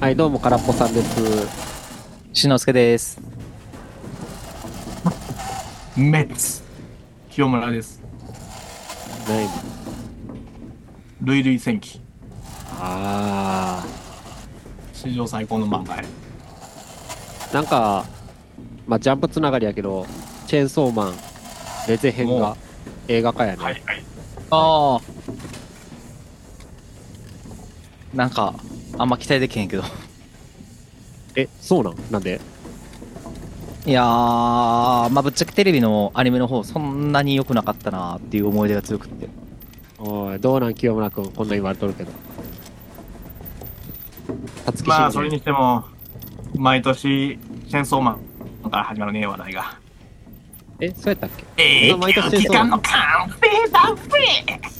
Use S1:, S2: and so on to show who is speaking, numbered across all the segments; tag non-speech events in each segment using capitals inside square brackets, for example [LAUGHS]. S1: はい、どうも、からっぽさんです。
S2: しのすけです。
S3: メッツ。清村です。
S1: ない
S3: 類類戦記。
S1: あ
S3: 史上最高の漫画へ。
S1: ー。なんか、まあ、ジャンプつながりやけど、チェーンソーマン、レゼ編
S3: も
S1: が
S3: う
S1: 映画化やね。
S3: はいはい。
S2: ああ。なんか、あんま期待できへんけど。
S1: え、そうなんなんで
S2: いやー、まあぶっちゃけテレビのアニメの方、そんなに良くなかったなーっていう思い出が強くって。
S1: おい、どうなん、清村くん。こんなん言われとるけど。たつき
S3: まあ、
S1: し
S3: そ
S1: の
S3: れ
S1: り
S3: にしても、毎年、チェンソーマンから始まるね、話題が。
S1: え、そうやったっけ
S3: え
S1: そんな毎年
S3: 期間の完成だぜ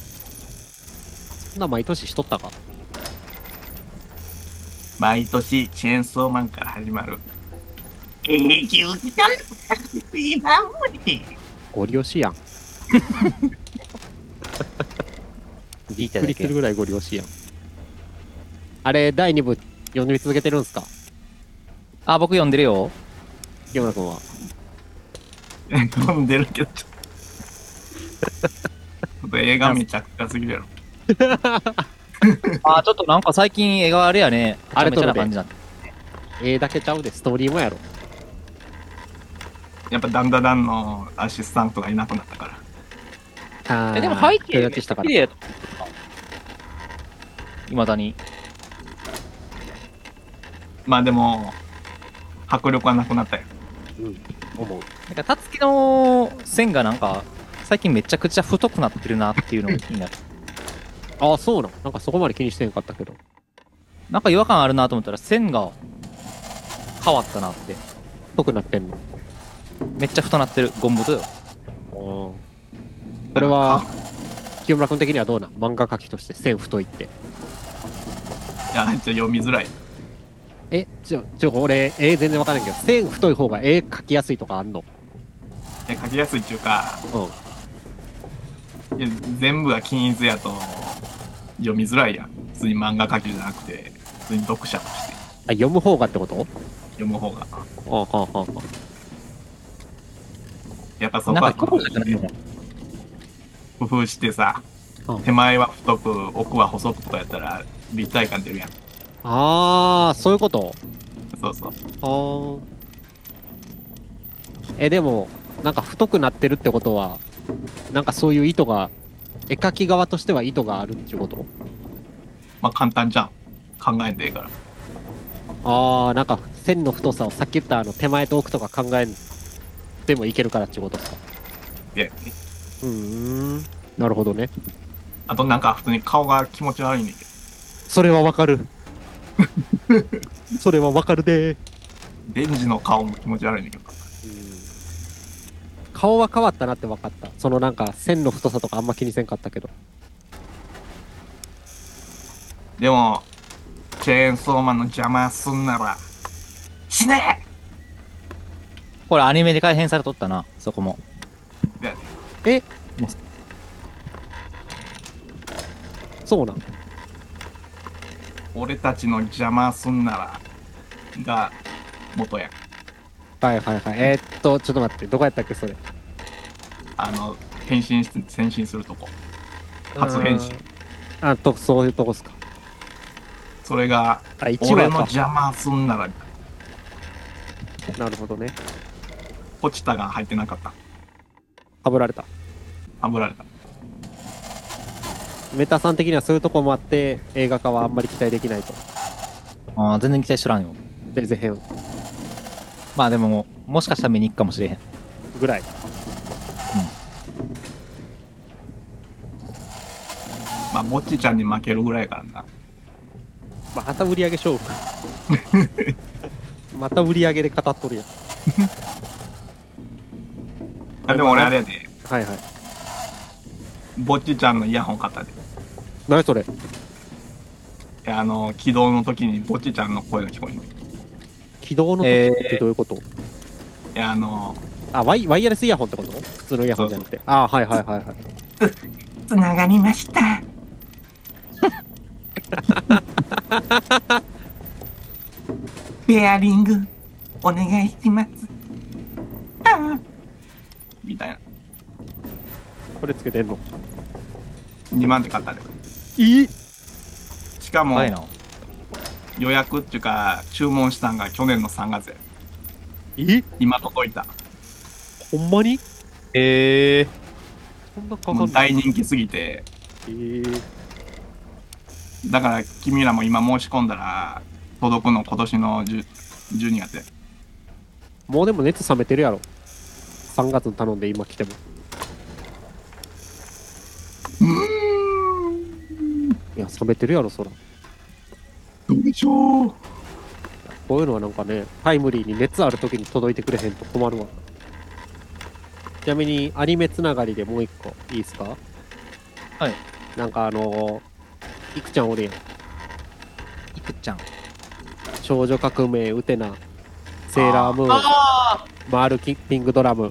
S1: そんな毎年しとったか
S3: 毎年、チェンソーマンから始まる。永久期間の完成だぜ
S1: ゴリ押し
S3: [LAUGHS]
S1: やん。
S2: 言いた
S1: びっくりするぐらいゴリ押しやん。あれ、第2部、読み続けてるんすか
S2: あー、僕読んでるよ。
S1: 清村くんは。
S3: 飛んでるけど、ちょっと映画めちゃくちゃすぎるやろ。
S2: あー、ちょっとなんか最近映画あれやね。
S1: あれ
S2: めちゃめち
S1: 撮
S2: ゃな
S1: る
S2: 感
S1: で
S2: じになって。
S1: ええだけちゃうで、ストーリーもやろ。
S3: やっぱダンダダンのアシスタントがいなくなったから。
S1: あ
S2: え、でも背景めっちゃ綺麗やと思う。いまだに。
S3: まあでも、迫力はなくなったよ。
S1: うん、思う。
S2: なんか、たつきの線がなんか、最近めちゃくちゃ太くなってるなっていうのが気になる。
S1: ああ、そうなん。なんかそこまで気にしてんかったけど。
S2: [LAUGHS] なんか違和感あるなと思ったら線が変わったなって。
S1: 太くなってんの。
S2: めっちゃ太なってる。ゴムボトよ。
S1: これは、清村君的にはどうなん漫画描きとして線太いって。
S3: いや、ちょっと読みづらい。
S1: え、ちょ、ちょ、俺、絵全然わかんないけど、線太い方が絵描きやすいとかあんの
S3: で書きやすいっていうか、
S1: うん。
S3: いや全部が均一やと読みづらいやん。普通に漫画書きじゃなくて、普通に読者とし
S1: あ、
S3: て
S1: 読む方がってこと
S3: 読む方が。
S1: ああ、はあ、はあ。
S3: やっぱそこ
S2: な
S3: は
S2: んかゴ
S3: 工
S2: ム
S3: 夫
S2: じゃない
S3: して
S2: もん。
S3: 工夫してさ
S1: うん、
S3: 手前は太く、奥は細くとかやったら立体感出るやん。
S1: ああ、そういうこと
S3: そうそう。
S1: ああ。え、でも、なんか太くなってるってことは、なんかそういう意図が、絵描き側としては意図があるっていうこと
S3: まあ簡単じゃん。考えんでええから。
S1: ああ、なんか線の太さをさっき言ったあの手前と奥とか考えてもいけるからっていうことですか
S3: で、
S1: うーん。なるほどね。
S3: あとなんか普通に顔が気持ち悪いねんけ
S1: それはわかる。 [LAUGHS] それはわかるで
S3: ど、デンジの顔も気持ち悪いねんけど。
S1: 顔は変わったなって分かった。そのなんか線の太さとかあんま気にせんかったけど。
S3: でも、チェーンソーマンの邪魔すんなら、死ね
S2: これアニメで改編されとったな。そこも。
S1: そうなん。
S3: 俺たちの邪魔すんなら、が、元や。
S1: はいはいはい。えーっと、ちょっと待って。どこやったっけそれ。
S3: あの、変身し、変身するとこ。初変身
S1: うーん。あ、と、そういうとこっすか。
S3: それが、
S1: あ、一
S3: 俺
S1: 話
S3: の
S1: か。
S3: 邪魔すんなら、
S1: なるほどね。
S3: ポチタが入ってなかった。
S1: かぶられた。
S3: はぶられた。
S1: メタさん的にはそういうとこもあって、映画化はあんまり期待できないと。
S2: あー全然期待しとらんよ。
S1: 全然変
S2: まあでももう、もしかしたら見に行くかもしれへん。
S1: ぐらい。
S3: まあ、ぼっちちゃんに負けるぐらいやからな。
S1: また売り上げ勝負 [LAUGHS] また売り上げで語っとるやん。
S3: あでも俺あれやで、
S1: はいはい。
S3: ぼっちちゃんのイヤホン買ったで。い
S1: 何それ
S3: やあの、起動の時にぼっちちゃんの声が聞こえる。
S1: 起動の時ってどういうこと、
S3: いや、あの、
S1: あワイ、ワイヤレスイヤホンってこと普通のイヤホンじゃなくて。あはいはいはいはい。
S3: つながりました。ペアリング、お願いします。ああみたいな。
S1: これつけてんの
S3: 2万で買ったで。
S1: いい
S3: しかも
S2: 高、いな。
S3: 予約っていうか、注文したんが去年の3月や。
S1: いい
S3: 今届いた。
S1: ほんまに
S2: ええ
S1: そんなか
S3: も
S1: か
S3: うん
S1: ない。
S3: 大人気すぎて。
S1: えー
S3: だから君らも今申し込んだら、届くの今年の10 12月や。
S1: もうでも熱冷めてるやろ。3月に頼んで今来ても。
S3: うーん。
S1: いや、冷めてるやろ、そら。
S3: どうでしょう。
S1: こういうのはなんかね、タイムリーに熱ある時に届いてくれへんと困るわ。ちなみに、アニメつながりでもう一個、いいですか
S2: はい。
S1: なんかあのー、いくちゃんおるやん。
S2: いくちゃん。
S1: 少女革命、ウテナ、セーラームーン、
S2: あ
S1: マールキッピングドラム、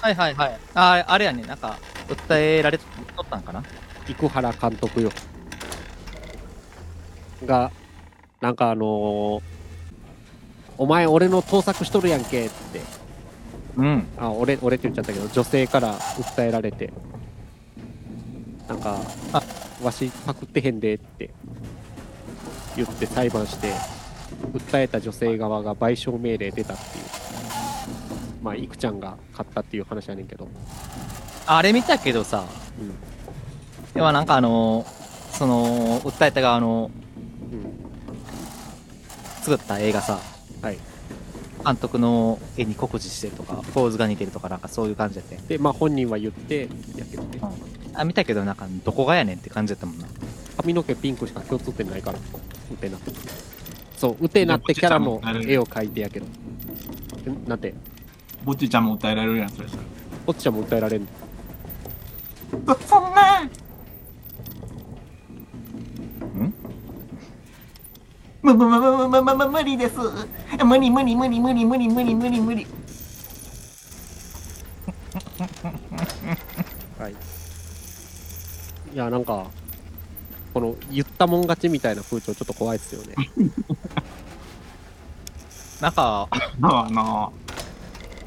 S2: あはいはいはい。ああ、あれやね、なんか、訴えられとったんかな
S1: 生原監督よ。が、なんかあのーお前俺の盗作しとるやんけって、
S2: うん。
S1: あ、俺、俺って言っちゃったけど、女性から訴えられて、なんか、
S2: あ
S1: わしパクってへんでって言って裁判して、訴えた女性側が賠償命令出たっていう。まあ、いくちゃんが勝ったっていう話やねんけど。
S2: あれ見たけどさ、
S1: うん。
S2: でもなんかあのーその、訴えた側の
S1: うん。
S2: 作った映画さ、
S1: はい。
S2: 監督の絵に酷似してるとか、構図が似てるとか、なんかそういう感じやって。
S1: で、まあ本人は言って、やけどね。
S2: あ、見たけど、なんか、どこがやねんって感じやったもんな。
S1: 髪の毛ピンクしか共通点ないから、ウテナ。そう、ウテナってキャラの絵を描いてやけど。えなんて、
S3: ぼっちちゃんも訴えられるやん、それしたら
S1: こっちゃんも訴えられんの
S3: そそんな。
S2: ん
S3: むむむむむむむ無理です。無理無理無理無理無理無理無理無理。
S1: はい。いや、なんか、この、言ったもん勝ちみたいな風潮ちょっと怖いですよね。
S2: なんか、
S3: あの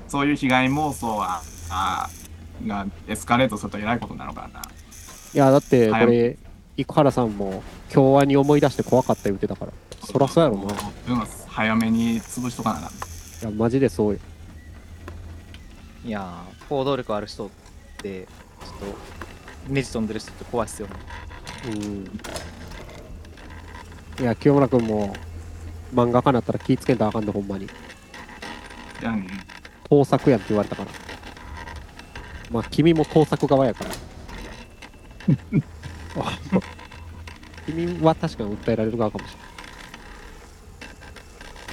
S3: そういう被害妄想はあがエスカレートするとえらいことなのかない
S1: や、だって、こ
S3: はい
S1: れ、生原さんも、京和に思い出して怖かった言ってたから。そらそうやろな。い
S3: そういうの早めに潰しとかなあかん
S1: や、マジでそうよ。
S2: いやー、行動力ある人って、ちょっと、ネジ飛んでる人って怖いっすよ。
S1: うん。いや、清村くんも、漫画家になったら気ぃつけんとあかんで、ほんまに。
S3: じゃあね
S1: 盗作やんって言われたから。まあ、君も盗作側や
S3: [LAUGHS]
S1: から。あ君は確かに訴えられる側かもしれ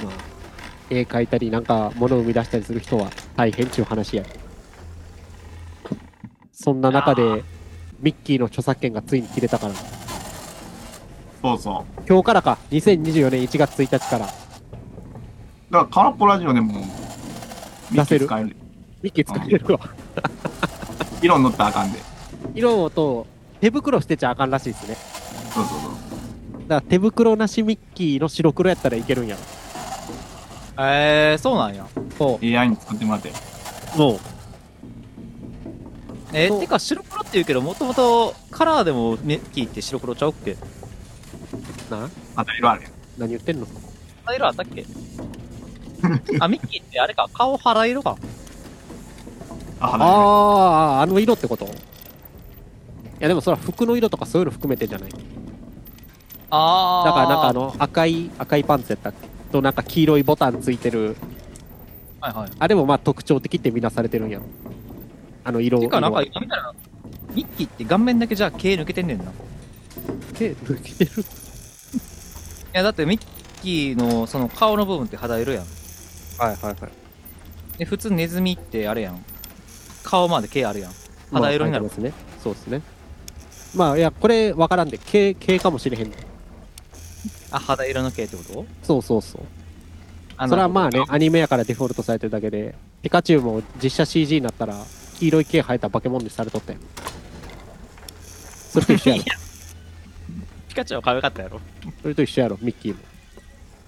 S1: ない。まあ、絵描いたり、なんか物を生み出したりする人は大変っちゅう話や。そんな中
S3: いや
S1: で、ミッキーの著作権がついに切れたから、
S3: そうそう
S1: 今日からか、2024年1月1日から、
S3: だから空っぽラジオでも
S1: 出せる
S3: ミッキー使える
S1: ミッキー使えるわ。
S3: 色塗ったらあかんで
S1: 色と手袋してちゃあかんらしいですね。
S3: そうそうそう
S1: だから手袋なしミッキーの白黒やったらいけるんやろ。
S2: えー、そうなんや。
S1: そ
S3: AI に作ってもらって
S1: う。もう。
S2: え
S1: そ
S2: ー、
S1: う
S2: てか、白黒って言うけど、もともと、カラーでもミッキーって白黒ちゃうっけ
S1: な
S3: 肌色あるやん
S1: 何言ってんの
S2: 肌色あったっけ [LAUGHS] あ、ミッキーってあれか、顔腹色か。
S3: あ
S1: あ
S3: 肌色
S1: あー、あの色ってこといやでもそれは服の色とかそういうの含めてじゃない。だか
S2: あー。
S1: らなんかあ、の赤い、赤いパンツやったっけとなんか黄色いボタンついてる。
S2: はいはい。
S1: あれもまあ特徴的ってみなされてるんやろ。あの色
S2: てか、なんか
S1: 色
S2: 今見たら、ミッキーって顔面だけじゃあ毛抜けてんねんな。い
S1: は手抜けてる。
S2: や、だってミッキーのその顔の部分って肌色やん。
S1: はいはいはい。
S2: で、普通ネズミってあれやん。顔まで毛あるやん。肌色になる
S1: まあ入ってますね。そうですね。まあいや、これわからんで、毛、毛かもしれへん。
S2: あ、肌色の毛ってこと
S1: そうそうそう。
S2: あの
S1: それはまあね、アニメやからデフォルトされてるだけで、ピカチュウも実写 CG になったら、黄色い毛生えた化け物にされとったよ。それと一緒やろ。
S2: ピカチュウは可愛かったやろ。
S1: それと一緒やろ、ミッキーも。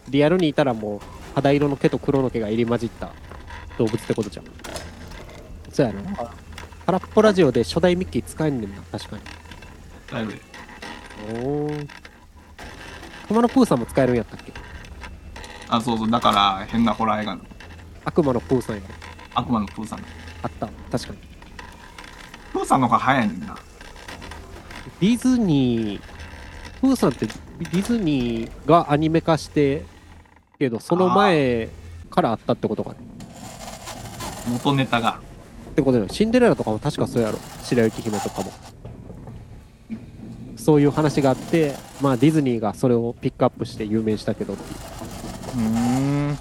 S1: リアルにいたらもう、肌色の毛と黒の毛が入り混じった動物ってことじゃんそうやろ空っぽラジオで初代ミッキー使えんねんな確かに
S3: だいぶ
S1: おお熊のプーさんも使えるんやったっけ
S3: あそうそうだから変なホラー映画の
S1: 悪魔のプーさんやろ
S3: 悪魔のプーさん
S1: あった確かに
S3: プーさんの方が早いねんな
S1: ディズニー、プーさんってディズニーがアニメ化して、けど、その前からあったってことかね。
S3: 元ネタが
S1: ってことだよ。シンデレラとかも確かそうやろ。白雪姫とかも。そういう話があって、まあディズニーがそれをピックアップして有名にしたけどっていう
S2: ーん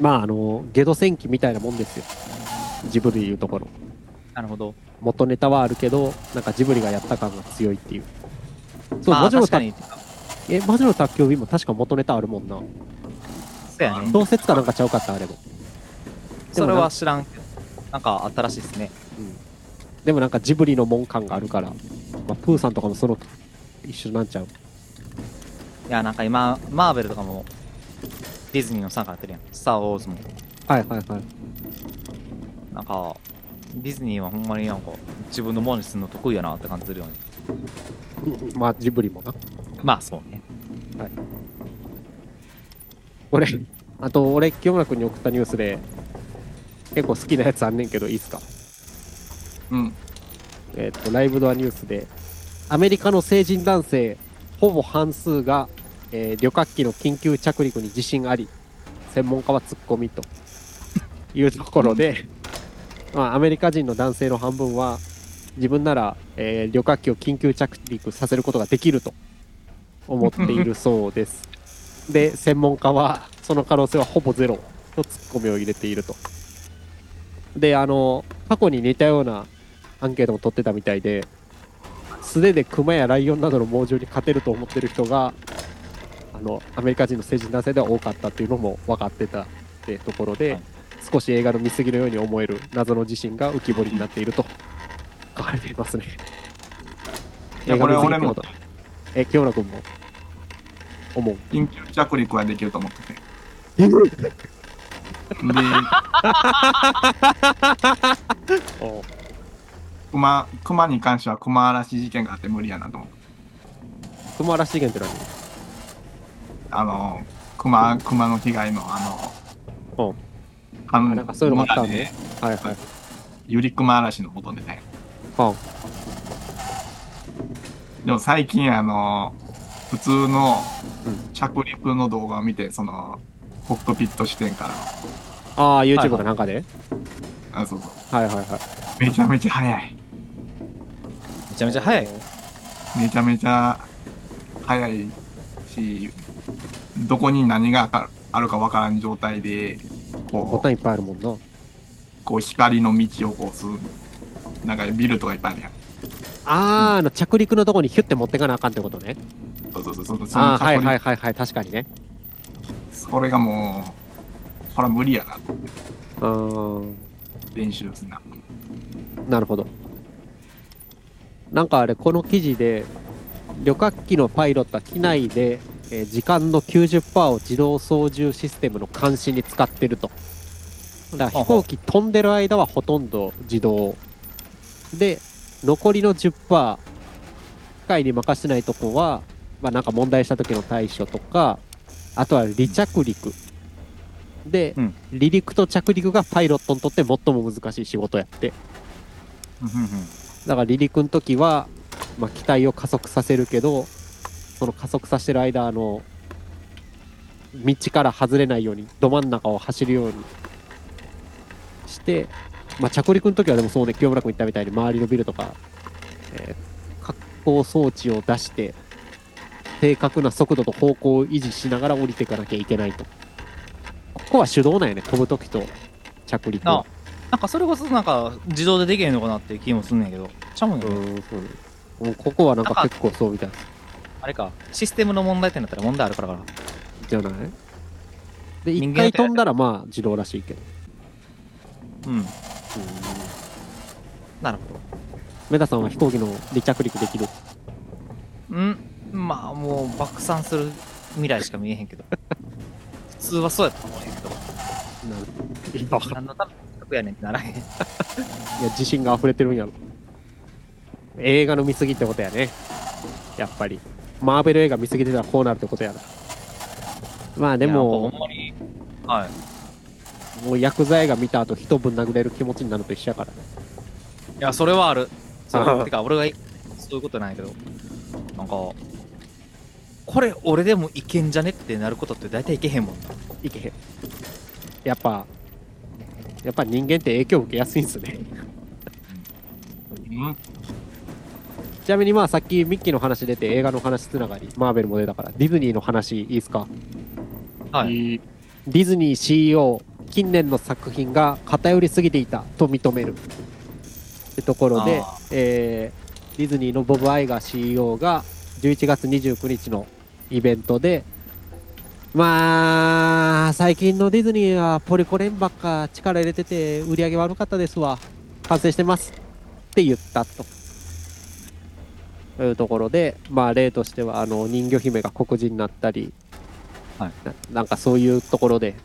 S1: まああの、ゲド戦記みたいなもんですよ。ジブリでいうところ。
S2: なるほど
S1: 元ネタはあるけど、なんかジブリがやった感が強いっていう。そう、
S2: ま
S1: 魔
S2: あ
S1: 女の
S2: 確か
S1: 宅
S2: に
S1: え魔女の宅急便も確か元ネタあるもんな。
S2: そうやね
S1: 小説かなんかちゃうかったあれも、
S2: それは知らんけどなんか新しいですね
S1: うん、でもなんかジブリの門感があるから、まあ、プーさんとかもその一緒なんちゃう
S2: いやなんか今マーベルとかもディズニーの傘下やってるやんスター・ウォーズも
S1: はいはいはい
S2: なんかディズニーはほんまになんか自分のものにするの得意やなって感じするよね
S1: まあジブリもな
S2: まあそうね
S1: 俺あと俺清村君に送ったニュースで結構好きなやつあんねんけどいいっすか
S3: うん
S1: えっ、とライブドアニュースでアメリカの成人男性ほぼ半数が、えー旅客機の緊急着陸に自信あり専門家はツッコミというところで、まあ、アメリカ人の男性の半分は自分なら、えー旅客機を緊急着陸させることができると思っているそうですで専門家はその可能性はほぼゼロとツッコミを入れているとであの過去に似たようなアンケートも取ってたみたいで素手でクマやライオンなどの猛獣に勝てると思ってる人があのアメリカ人の成人男性では多かったっていうのも分かってたってところで、
S2: はい
S1: 少し映画の見過ぎのように思える謎の自信が浮き彫りになっていると書かれていますね。
S3: いや
S1: 映画見過ぎ
S3: これ俺も
S1: ってことえ清野君も思う
S3: 緊急着陸はできると思っててで [LAUGHS] 熊熊に関しては熊嵐事件があって無理やなと思って
S1: 熊嵐事件って何
S3: あの熊熊の被害のあの
S1: うん
S3: あ
S1: あなんかそういうのがあったんで
S3: 村
S1: はいはい。
S3: ゆり熊嵐のことでね
S1: は
S3: でも最近あの普通の
S1: うん
S3: 着陸の動画を見てそのコックピット視点から
S1: ああ、YouTube かなんかで
S3: あそうそう
S1: はいはいはい。
S3: めちゃめちゃ速い
S2: めちゃめちゃ早い
S3: めちゃめちゃ速いしどこに何があるあるかわからん状態で
S1: ボ
S3: こ
S1: タ
S3: う
S1: ンいっぱいあるもんな。
S3: こう光の道をこうすなんかビルとかいっぱいあるやん
S1: あー、あの着陸のとこにヒュッて持ってかなあかんってことね。
S3: そうそうそうそうそ
S1: あ
S3: の
S1: あー、はい
S3: 着
S1: はい
S3: 陸
S1: はいはい、確かにね。
S3: それがもうこれは無理やなと
S1: うーん、
S3: 練習すんな
S1: なるほど。なんかあれ、この記事で、旅客機のパイロットは機内で、えー時間の90%を自動操縦システムの監視に使ってると。だから飛行機飛んでる間はほとんど自動。で、残りの10%、機械に任せないとこは、まあなんか問題した時の対処とか、あとは離着陸。で、
S2: うん
S1: 離陸と着陸がパイロットにとって最も難しい仕事やって。だから離陸の時は、まあ、機体を加速させるけど、その加速させてる間、あの、道から外れないように、ど真ん中を走るようにして、まあ、着陸の時はでもそうね、清村君言ったみたいに周りのビルとか、えー、格好装置を出して、正確な速度と方向を維持しながら降りていかなきゃいけないと。ここは手動なんやね、飛ぶ時と着陸は
S2: な。なんかそれこそなんか自動でできへんのかなっていう気もすんねんけどちゃうもん
S1: う
S2: よね、
S1: ん、そうね。もうここはなんか結構そうみたいです
S2: あれかシステムの問題ってなったら問題あるからかな
S1: じゃないで、一
S2: 人間
S1: 回
S2: みたい
S1: 飛んだらまあ自動らしいけど。
S2: うんなるほど
S1: メタさんは飛行機の離着陸できる。
S2: [LAUGHS] うんまあもう爆散する未来しか見えへんけど通はそうやと思うんや
S1: な
S2: けど、
S1: ん今わからん
S2: 何のための企画やねんってならへん。
S1: いや自信が溢れてるんやろ映画の見過ぎってことやねやっぱりマーベル映画見過ぎてたらこうなるってことやなまあで
S2: いや
S1: も
S2: ほんまに、はい。
S1: もう薬剤が見た後人ぶん殴れる気持ちになると一緒やからね
S2: いや、それはある。そ
S1: あは
S2: う
S1: は
S2: てか、俺がい、そういうことないけど、なんか、これ俺でもいけんじゃねってなることって大体いけへんもんな。
S1: いけへんやっぱやっぱ人間って影響受けやすいんすね
S3: うん
S1: ちなみにまあさっきミッキーの話出て映画の話つながりマーベルも出たからディズニーの話いいですか
S2: はい。
S1: えーディズニー CEO 近年の作品が偏りすぎていたと認めるってところで
S2: あ、
S1: えーディズニーのボブ・アイガー CEO が11月29日のイベントでまあ最近のディズニーはポリコレンばっか力入れてて売り上げ悪かったですわ完成してますって言ったと。というところで、まあ、例としてはあの人魚姫が黒人になったり、
S2: はい
S1: ななんかそういうところで、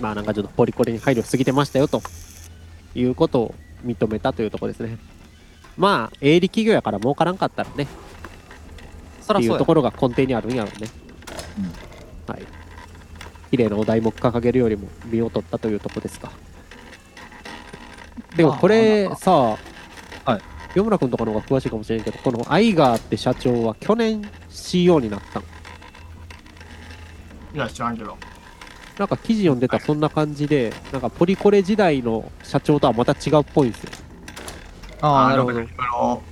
S1: まあ、なんかちょっとポリコレに配慮しすぎてましたよということを認めたというところですね。まあ、営利企業やから儲からんかったらね、
S2: そ
S1: って
S2: らそう
S1: い
S2: や
S1: うところが根底にあるんやろうね。はい。綺麗なお題目掲げるよりも身を取ったというとこですか。でもこれ
S2: まあ
S1: さあ、
S2: はい
S1: 世村君とかの方が詳しいかもしれんけど、このアイガーって社長は去年 CEO になったの
S3: いや、知らんけど。
S1: なんか記事読んでたらそんな感じで、なんかポリコレ時代の社長とはまた違うっぽいんですよ。
S2: ああ、なるほど。
S3: んかいろいろ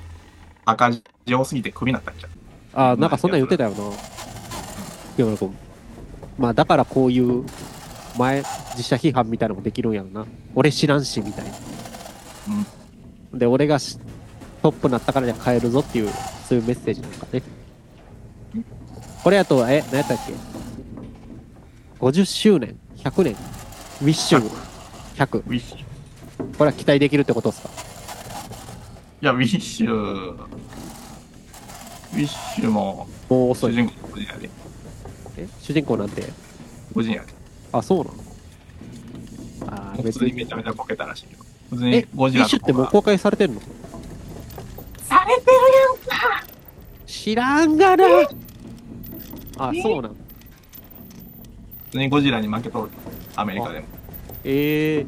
S3: 赤字多すぎてクビになったんちゃう
S1: あー
S3: まあ
S1: なんかそんなん言ってたよな。世村君。まあだからこういう前、自社批判みたいなのもできるんやろな。俺知らんし、みたいな。
S3: うん。
S1: で、俺がしトップになったからには変えるぞっていう、そういうメッセージなんかね。これあとは、え、何やったっけ ?50 周年 ?100 年ウィッシュ100。
S3: ウィッシュ。い
S1: これは期待できるってことですか
S3: や、ウィッシュ。ウィッシュも
S1: もう遅
S3: 主
S1: い。
S3: 人公個人やで。
S1: え主人公なんて。
S3: 個人やで。
S1: あ、そうなのあー
S3: 普
S1: 別
S3: 通に
S1: に。
S3: めちゃめちゃこけたらしいよ。普通
S1: え、ウ
S3: にゴジ
S1: ィッ
S3: ラ
S1: シ
S3: と
S1: ュって
S3: か
S1: もう
S3: が
S1: 公開されてんの
S3: されてる
S1: 知らんがなあ、そうなの
S3: 普通にゴジラに負けとる。アメリカでも。
S1: え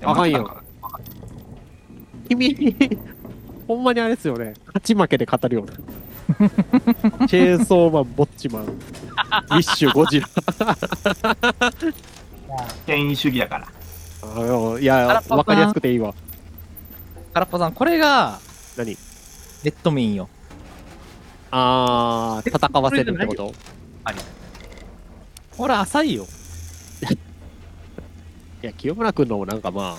S1: ー、
S3: や
S1: あかんよ
S3: 負けたから
S1: 君、ほんまにあれですよね。勝ち負けで語るような。チェーンソーマン、ボッチマン、ウィッシュ、ゴジラ。 [LAUGHS]
S3: 権威主義やから。
S1: あのいや、わかりやすくていいわ。
S2: 空っぽさん、これが、
S1: 何
S2: レッドミンよ。
S1: あー、戦わせるってこと
S2: ほら、浅いよ。
S1: いや、清村くんのもなんかまあ、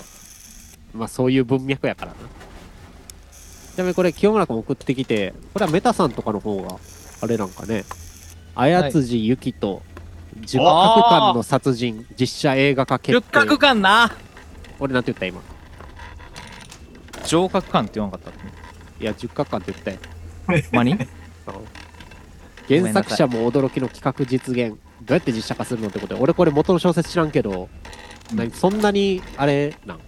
S1: まあそういう文脈やからな。ちなみにこれ、清村くん送ってきて、これはメタさんとかの方が、あれなんかね、あやつじゆきと、10角館の殺人、実写映画化決
S2: 十
S1: 定。
S2: 角感な。
S1: 俺なんて言った今。
S2: 上角感って言わんかった。ほ
S1: いや、10角館って言ったよ。
S2: んまに
S1: 原作者も驚きの企画実現どうやって実写化するのってことで俺これ元の小説知らんけど、
S2: うん
S1: 何そんなにあれなん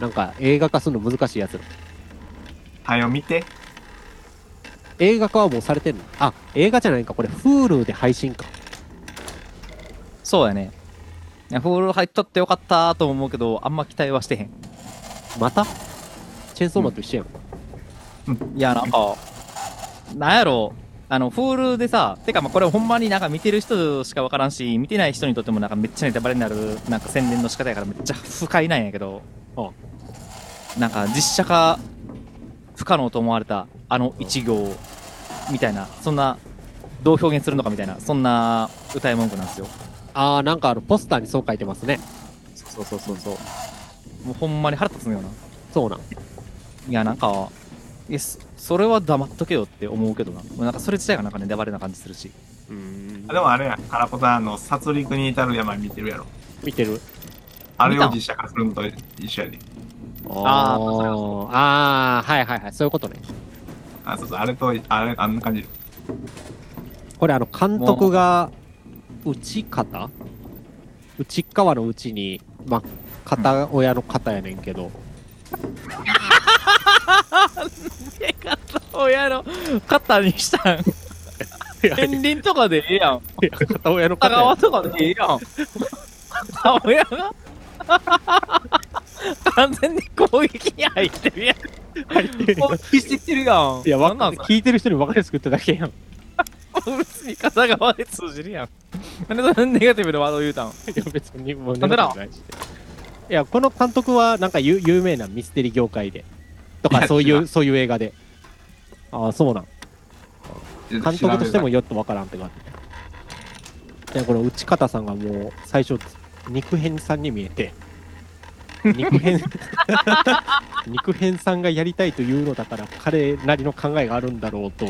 S1: なんか映画化するの難しいやつなの
S3: はよ見て。
S1: 映画化はもうされてんのあ映画じゃないんかこれ Hulu で配信か
S2: そうやね。いや、フール入っとってよかったと思うけど、あんま期待はしてへん。
S1: またチェーンソーマンと一緒やん、
S2: いや、なんか、なんやろあの、フールでさ、てかまあこれほんまになんか見てる人しかわからんし、見てない人にとってもなんかめっちゃネタバレになる、なんか宣伝の仕方やからめっちゃ不快なんやけど、
S1: あ
S2: なんか実写化不可能と思われたあの一行みたいな、そんな、どう表現するのかみたいな、そんな歌い文句なんですよ。
S1: あーなんかあのポスターにそう書いてますね
S2: そうそうそうそう。もうほんまに腹立つのよな。
S1: そうなん
S2: いや、なんか、いや、そそれは黙っとけよって思うけどな。もうなんかそれ自体がなんかネタバレな感じするし。
S1: うん
S3: あでもあれや、カラポさん、あの、殺戮に至る山見てるやろ。
S1: 見てる
S3: あれ
S2: 見た
S3: を
S2: ん
S3: 実写化するのと一緒やで。
S1: あ
S2: あーまあそれはそ
S1: ーあーはいはいはいそういうことね
S3: あ、そうそう、あれと、あれ、あんな感じ。
S1: これあの監督が内方内っ側のうちに、まあ、片親の方やねんけど、
S2: え方親の肩にしたん
S1: いや
S2: 片
S1: い
S2: 鱗とかでええやん
S1: や片親の
S2: 片
S1: 方や
S2: 側とかでええやん片親が完全に攻撃に入ってるやん
S1: 入ってる
S2: 攻撃してきてるやん
S1: いや、わ
S2: わ
S1: かん聞いてる人に分かりやすく言っただけやん。い
S2: 別に片側で通じるやんなんでそんなネガティブなワードを言うたん
S1: や、別にもう
S2: なんでだ
S1: ないしいや、この監督は、なんか有有名なミステリー業界で。と
S3: い
S1: か、
S3: や
S1: そうい
S3: 知ら
S1: う、そういう映画で。ああ、そうなん。
S3: 監
S1: 監督としてもよっと分からんって感じ。で、この内方さんがもう、最初、肉片さんに見え
S3: [LAUGHS]
S1: て、肉片、 [LAUGHS] 肉片さんがやりたいというのだから、彼なりの考えがあるんだろうと、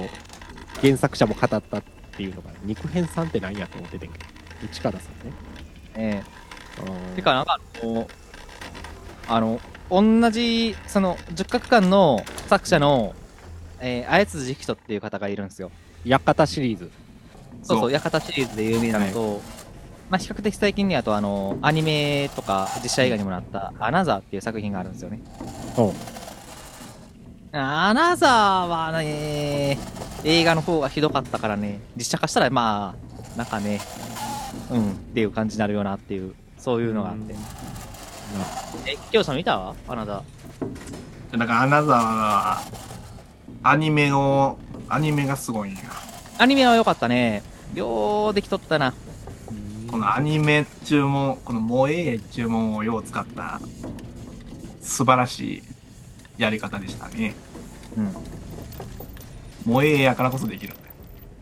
S1: 原作者も語ったっていうのが、肉片さんって何やと思っててんけど、内方さんね。
S2: ええ
S1: て
S2: てか、なんかあのあの同じその十角館の作者の、えー、綾津直人っていう方がいるんですよ
S1: 館シリーズ。
S2: そうそ、
S3: そうう
S2: 館シリーズで有名なのと、まあ比較的最近にあとあの、アニメとか実写映画にもなった、アナザーっていう作品があるんですよね。
S1: おう
S2: アナザーはね、映画の方がひどかったからね、実写化したらまあ、なんかね、うん、っていう感じになるよなっていう、そういうのがあって。え、今日さん見たアナザー。
S3: だからアナザーはアニメをアニメがすごいんや
S2: アニメは良かったね。ようできとったな。
S3: このアニメ注文この「萌ええ注文」をよう使った素晴らしいやり方でしたね
S2: うん。
S3: 萌ええやからこそできるんだよ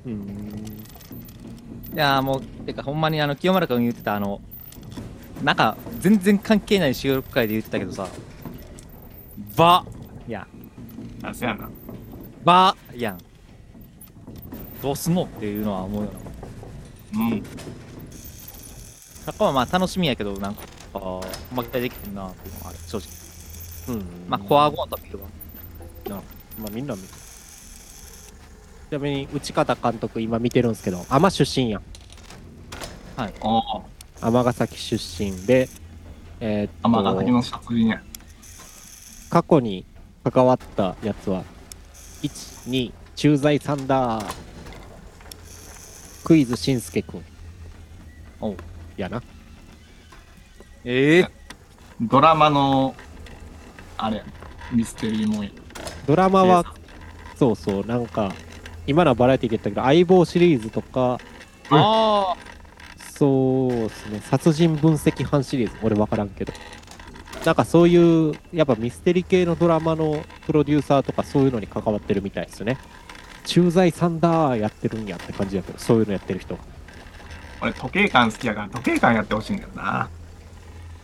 S1: うん。
S2: いやーもう、てかほんまにあの、清丸君言ってたあの、なんか、全然関係ない収録会で言ってたけどさ、ば、いや、
S3: あそやな
S2: ば、いやん。どうすんのっていうのは思うよな。
S3: うん
S2: やっぱまあ楽しみやけど、なんか、あーまあ期待できてるなっていうのはある、正直。
S1: うん
S2: まあ、コアゴンと見るわ。
S1: まあみんな見てるちなみに内方監督今見てるんですけど尼出身やん
S3: おお
S1: 尼崎出身でえー
S3: 天が
S1: っ
S3: 滝
S1: と
S3: の殺人や
S1: 過去に関わったやつは12駐在サンダークイズしんすけくん
S2: おう
S1: やな
S2: ええ
S3: ドラマのあれやミステリーもんや
S1: ドラマはそうそうなんか今のはバラエティで言ったけど相棒シリーズとか
S2: あ
S1: そうですね、殺人分析班シリーズ、俺分からんけど、なんかそういう、やっぱミステリ系のドラマのプロデューサーとかそういうのに関わってるみたいですね。駐在サンダーやってるんやって感じだけど、そういうのやってる人が。
S3: 俺時計館好きやから時計館やってほしいんだよな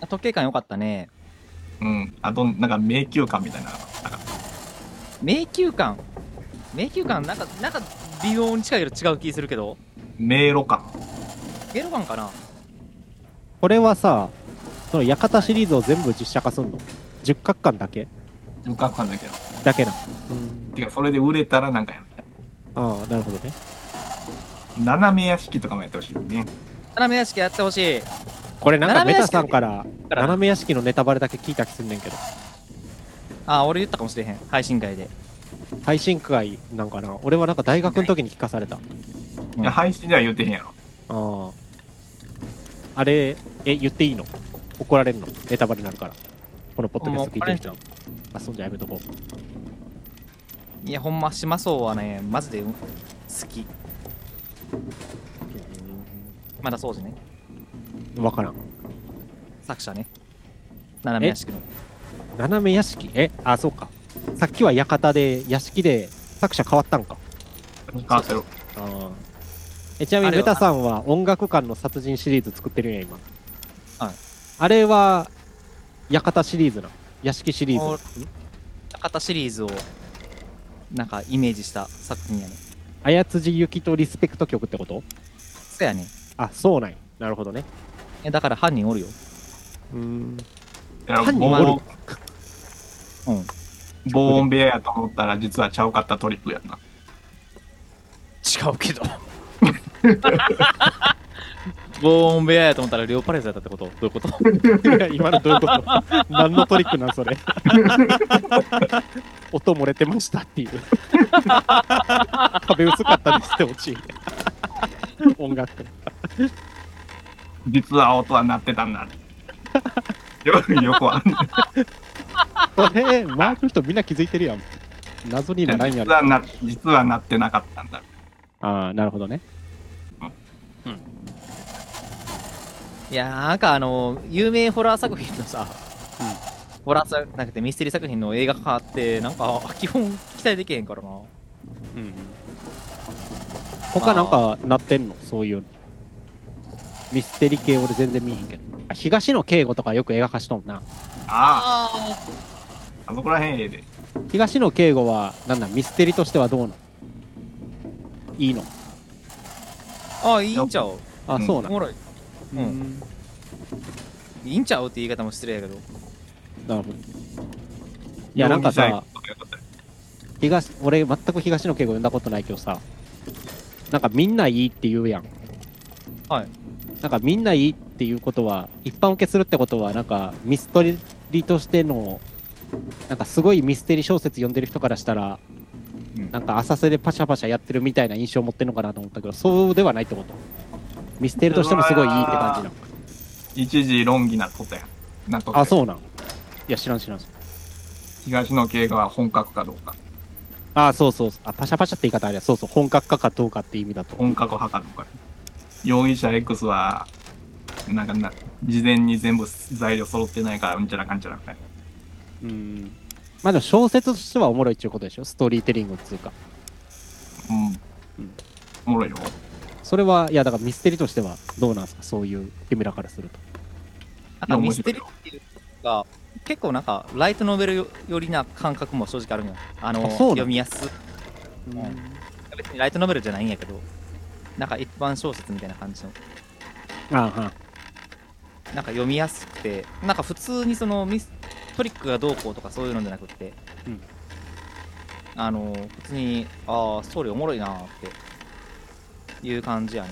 S2: あ、時計感良かったね。
S3: うんあとなんか迷宮館みたいなのなんか
S2: 迷宮感。迷宮感、なんか、なんか、微妙に近い色違う気するけど、
S3: 迷路館
S2: ゲロ感かな
S1: これはさ、その館シリーズを全部実写化すんの ?10 角巻だけ
S3: 六角館だけど
S1: だけな。
S3: てかそれで売れたらなんかや
S1: ああ、なるほどね。
S3: 斜め屋敷とかもやってほしいよね
S2: 斜め屋敷やってほしい。
S1: これなんか
S2: 斜
S1: メ
S2: め屋
S1: タ
S2: 敷
S1: さんから、
S2: から
S1: 斜め屋敷のネタバレだけ聞いた気すんねんけど、
S2: あ、俺言ったかもしれへん。配信会で。
S1: 配信会なんかな俺はなんか大学の時に聞かされた。
S2: うん
S3: いや配信では言うてへんやろ
S1: ああ。あれ、え、言っていいの怒られるのネタバレになるから。このポッドキャスト聞いてる人は。あ、そんじゃやめとこう。
S2: いや、ほんま、島そうはね、マジでうん好き。まだそうじね。
S1: わからん。
S2: 作者ね。斜め屋敷の。
S1: 斜め屋敷え、あ、そうか。さっきは館で、屋敷で作者変わったんか。
S3: 変わってる
S1: ああ。え、ちなみ
S2: あ
S1: に
S2: れは
S1: メタさんは音楽館の殺人シリーズ作ってるんや、今。
S2: はい。
S1: あれは、館シリーズな。屋敷シリー
S2: お
S1: ズ。
S2: 高田シリーズを、なんか、イメージした作品やね。
S1: あやつじゆきとリスペクト曲ってこと
S2: そやね。
S1: あ、そうなんや。なるほどね。
S2: えだから犯人おるよ。
S1: うーん。
S3: いや
S1: 犯人
S3: 防
S1: はお
S3: 音
S1: る
S2: うん。
S3: 防音部屋やと思ったら実はちゃうかったトリックやな
S2: [LAUGHS] 違うけど。ゴーンベアやと思ったらレオパレスだったってことどういうこと
S1: [LAUGHS] 今のどういうこと何のトリックなんそれ音漏れてましたっていう壁薄かったですって落ち音楽
S3: 実は音は鳴ってたんだ。 [LAUGHS] よよくわかんない。
S1: これマークの人みんな気づいてるやん謎に今何や
S3: 実
S1: る
S3: はな、実は鳴ってなかったんだ。
S1: ああなるほどね
S2: いやーなんかあの有名ホラー作品のさ、
S1: うん
S2: ホラー作なくてミステリー作品の映画化ってなんか基本期待できへんからな
S1: うん他なんかなってんのそういうのミステリ系俺全然見えへんけどあ東野圭吾とかよく映画化しとんな
S3: あ
S2: あ
S3: あ、あそこら辺ええで。
S1: 東野圭吾はなんだミステリとしてはどうなのいいの
S2: あいいんちゃう
S1: あ、
S3: うん
S1: そう
S2: お
S1: なの
S2: もろいうんいいんちゃうって言い方も失礼やけど
S1: なるほどいやなんかさ
S3: 容疑者とかよかっ
S1: 東俺全く東野圭吾読んだことないけどさなんかみんないいって言うやん
S2: はい
S1: なんかみんないいっていうことは一般受けするってことはなんかミステリとしてのなんかすごいミステリ小説読んでる人からしたら、
S3: うん
S1: なんか浅瀬でパシャパシャやってるみたいな印象を持ってるのかなと思ったけどそうではないってことミステリとしてもすごいいいって感じなの
S3: た一時論議なっとったやん。なっとったや
S1: あ
S3: ん
S1: そうなんいや知らん知らん
S3: 東野圭吾は本格かどうか、
S1: あそうそうそうあパシャパシャって言い方あれやそうそう本格化かどうかって意味だと
S3: 本格派かどうか。容疑者 X は、なんかな、事前に全部材料揃ってないから、うんちゃらかんちゃらみたいな。
S1: うんまあでも小説としてはおもろいっていうことでしょストーリーテリングっつうか
S3: うん。
S1: うん
S3: おもろいよ。
S1: それはいやだからミステリとしてはどうなんですかそういう君らからすると
S2: なんかミステリーっていうか結構なんかライトノベル寄りな感覚も正直あるんやあの
S1: あそうなん
S2: 読みやす別にライトノベルじゃないんやけどなんか一般小説みたいな感じの
S1: ああは
S2: なんか読みやすくて、なんか普通にそのミストリックがどうこうとかそういうのじゃなくって、
S1: うん
S2: あの、普通に、ああ、ストーリーおもろいなーっていう感じやね。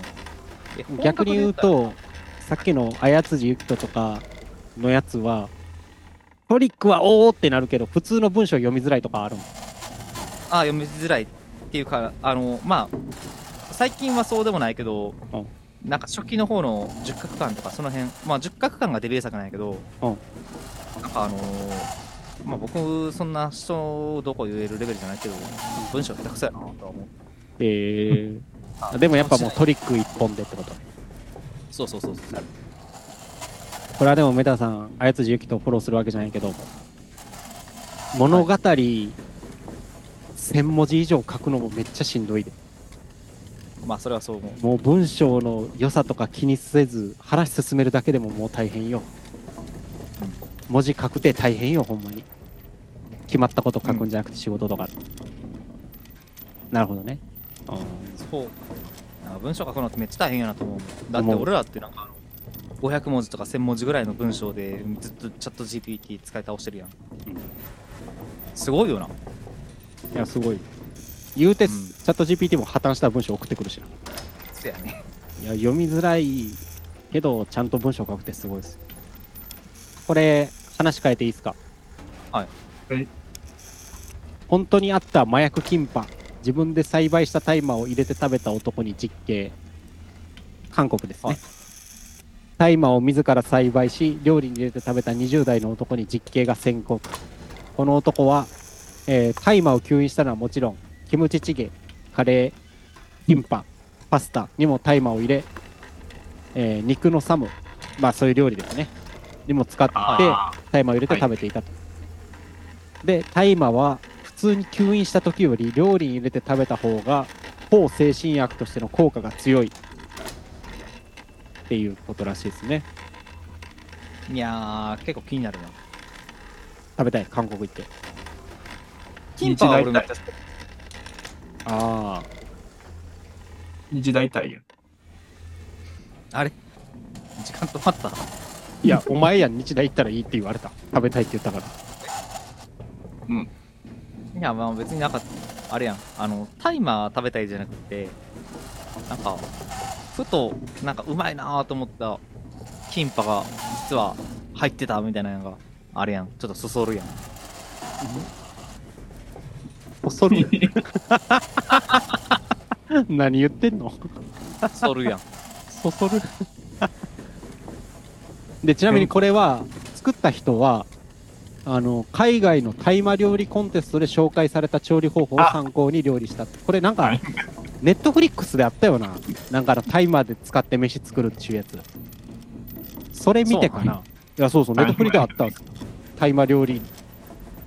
S2: で
S1: 逆に言う、とさっきの綾辻ゆきととかのやつはトリックはおおってなるけど普通の文章読みづらいとかあるもん
S2: ああ、読みづらいっていうか、あの、まあ、最近はそうでもないけど、
S1: うん
S2: なんか初期の方の十角館とかその辺、まあ十角館がデビュー作なんやけど、
S1: うん
S2: なんかあのーまあ僕、そんな人をどこ言えるレベルじゃないけど、文章下手くそやなとは思う。
S1: えー、でもやっぱもうトリック一本でってことね
S2: そうそうそうそう。
S1: これはでもメタさん綾辻ゆきとフォローするわけじゃないけど物語、1000文字以上書くのもめっちゃしんどいで
S2: まあそれはそう思う。
S1: もう文章の良さとか気にせず話進めるだけでももう大変よ、文字書くて大変よほんまに決まったこと書くんじゃなくて仕事とか、なるほどね
S2: そう。なんか文章書くのってめっちゃ大変やなと思う。だって
S1: 思う
S2: 俺らってなんかあの500文字とか1000文字ぐらいの文章でずっとチャット GPT 使い倒してるやん。
S1: ん
S2: すごいよな。
S1: いやすごい言うて、
S2: うん
S1: チャット GPT も破綻した文章送ってくるしな
S2: そやね。
S1: いや読みづらいけどちゃんと文章書くってすごいですこれ話変えていいですか
S2: はい
S3: はい
S1: 本当にあった麻薬キンパ自分で栽培した大麻を入れて食べた男に実刑韓国です
S2: は
S1: ね大
S2: い
S1: 麻を自ら栽培し料理に入れて食べた20代の男に実刑が宣告この男は、えー大麻を吸引したのはもちろんキムチチゲカレーキンパパスタにも大麻を入れ、えー肉のサム、まあそういう料理ですね、にも使って
S3: あ
S1: 大麻を入れて食べていたと。で、大麻は普通に吸引した時より料理に入れて食べた方が、抗精神薬としての効果が強いっていうことらしいですね。
S2: いやー、結構気になるな。
S1: 食べたい、韓国行って。
S2: キンパは俺めっちゃ
S1: ああ、
S3: ー一大体やん。
S2: あれ時間止まった
S1: いや、お前やん、日大行ったらいいって言われた。食べたいって言ったから。
S2: いや、まあ別になんか、あれやん。あの、タイマー食べたいじゃなくて、なんか、ふとなんかうまいなぁと思ったキンパが実は入ってたみたいなのがあれやんちょっとそそるやん
S1: 恐
S2: [LAUGHS]
S1: る何言ってんの
S2: そそるやん
S1: そそるでちなみにこれは作った人はあの海外の大麻料理コンテストで紹介された調理方法を参考に料理したってこれなん
S3: は
S1: か
S3: い
S1: ネットフリックスであったよななんかあのタイマーで使って飯作るっていうやつそれ見てか
S2: そうな
S1: な
S2: の
S1: いやそうそうネ
S3: タ
S1: ッ
S3: イ
S1: ト
S3: マー
S1: フリであったんですよタイマー料理っ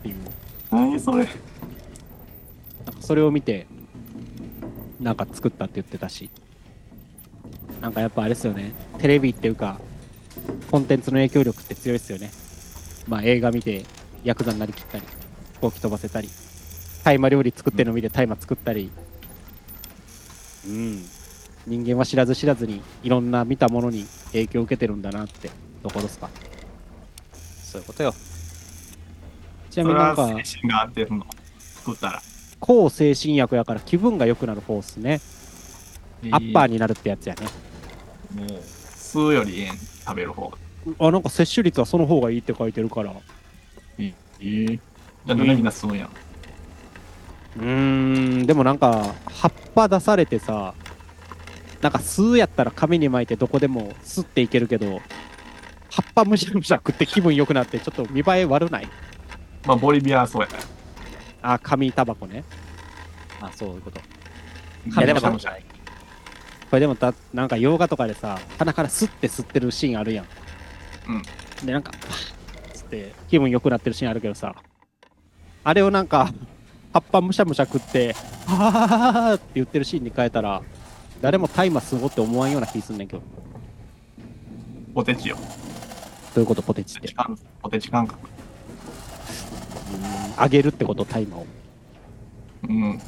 S1: ていう
S3: 何それ。
S1: なんかそれを見て、なんか作ったって言ってたし。なんかやっぱあれですよね。テレビっていうか、コンテンツの影響力って強いですよね。まあ映画見て、ヤクザになりきったり、飛行機飛ばせたり、大麻料理作ってるの見て大麻作ったり。うん。人間は知らず知らずに、いろんな見たものに影響を受けてるんだなってところですか。
S2: そういうことよ
S1: ちな
S3: そ
S1: み
S3: れ
S1: になん
S3: は
S1: か、
S3: 精神が合ってるの。作ったら。
S1: 抗精神薬やから気分が良くなる方っすね。アッパーになるってやつやね。
S3: もう、吸うよりええん食べる方が。
S1: あ、なんか摂取率はその方がいいって書いてるから。う
S3: ええじゃあ、なんでみんな吸うんやん。
S1: ーん、でもなんか、葉っぱ出されてさ、なんか吸うやったら紙に巻いてどこでも吸っていけるけど、葉っぱむしゃむしゃ食って気分良くなって、ちょっと見栄え悪ない
S3: まあ、ボリビアはそうやから。
S1: あ、紙タバコね。
S2: あそういうこと
S1: いやでも
S3: むしゃむしゃ
S1: これでもた、なんか洋画とかでさ、鼻から吸って吸ってるシーンあるやん。うん。で、なんか、パッつって気分良くなってるシーンあるけどさ、あれをなんか、葉っぱむしゃむしゃ食って、はははははって言ってるシーンに変えたら、誰も大麻吸おうって思わんような気すんねんけど。ど
S3: ポテチよ。
S1: ういうことポテチっ
S3: ポテ
S1: て
S3: チ。感覚。ポテチ感覚。
S1: あげるってこと大麻を。
S3: うん。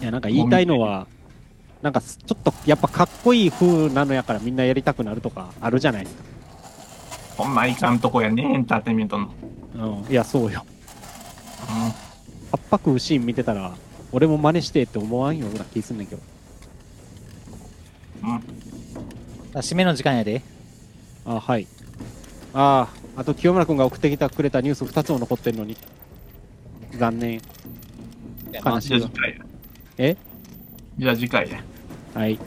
S1: いや、なんか言いたいのは、なんかすちょっとやっぱかっこいい風なのやからみんなやりたくなるとかあるじゃないですか。
S3: ほんまいかんとこやね、エンターテインメントの。うん。
S1: うん。いや、そうよ。圧迫シーン見てたら、俺も真似してって思わんような気すんねんけど。
S3: うん。
S2: あ締めの時間やで
S1: あはい。ああ、あと清村くんが送ってきたくれたニュース2つも残ってんのに。残念。悲
S3: じ
S1: し
S3: ゃあ
S1: い
S3: 次
S1: わ。
S3: 回や。
S1: え
S3: じゃあ次回や。
S1: はい。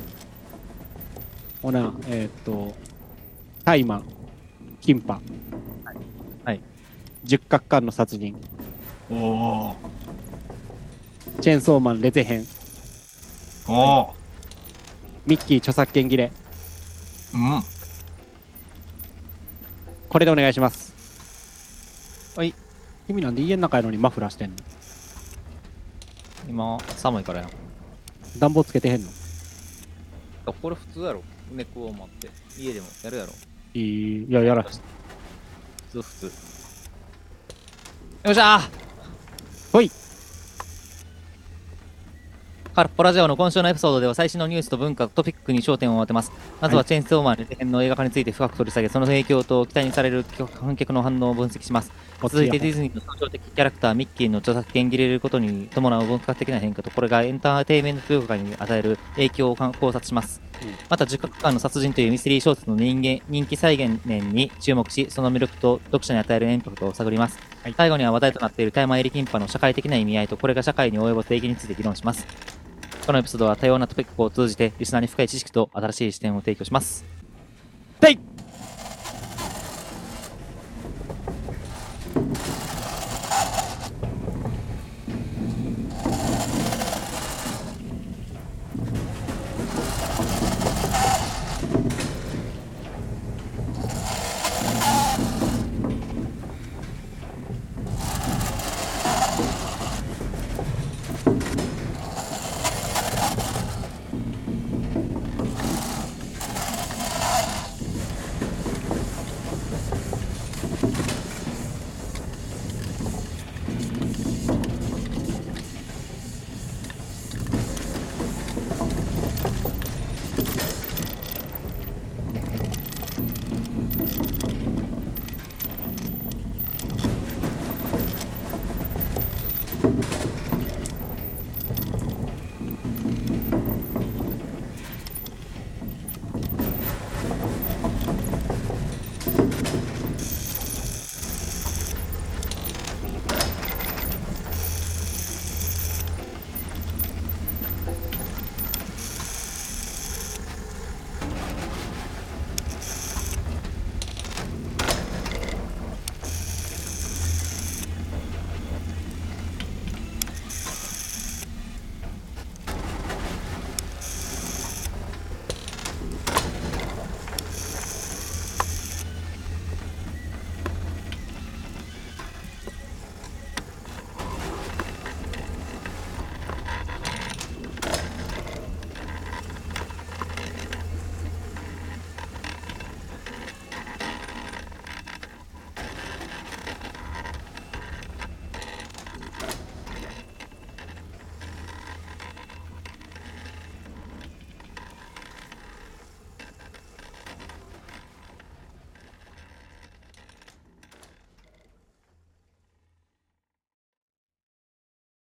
S1: ほな、えーっと、大麻、キンパ。
S2: はい。
S1: 十角館の殺人、
S3: おお
S1: チェーンソーマンレゼ編、
S3: ーおお
S1: ミッキー著作権切れ。
S3: うん。
S1: これでお願いします。
S2: はい。
S1: 君なんで家の中やのにマフラーしてんの
S2: 今寒いからやん
S1: 暖房つけてへんの
S2: これ普通やろネックウォーマーって家でもやるやろ
S1: いい、いや、やらへん
S2: 普通普通よっしゃー
S1: ほい
S2: ハルポラジオの今週のエピソードでは最新のニュースと文化トピックに焦点を当てますまずはチェーンソーマンレテ編の映画化について深く取り下げその影響と期待にされる観客の反応を分析します続いてディズニーの象徴的キャラクターミッキーの著作権切れることに伴う文化的な変化とこれがエンターテインメント業界に与える影響を考察します、
S1: うん
S2: また「十角館の殺人」というミステリー小説の人間人気再現面に注目しその魅力と読者に与えるインパクトを探ります、
S1: はい
S2: 最後には話題となっている大麻入りキンパの社会的な意味合いとこれが社会に及ぼす影響について議論しますこのエピソードは多様なトピックを通じてリスナーに深い知識と新しい視点を提供します
S1: はい
S3: お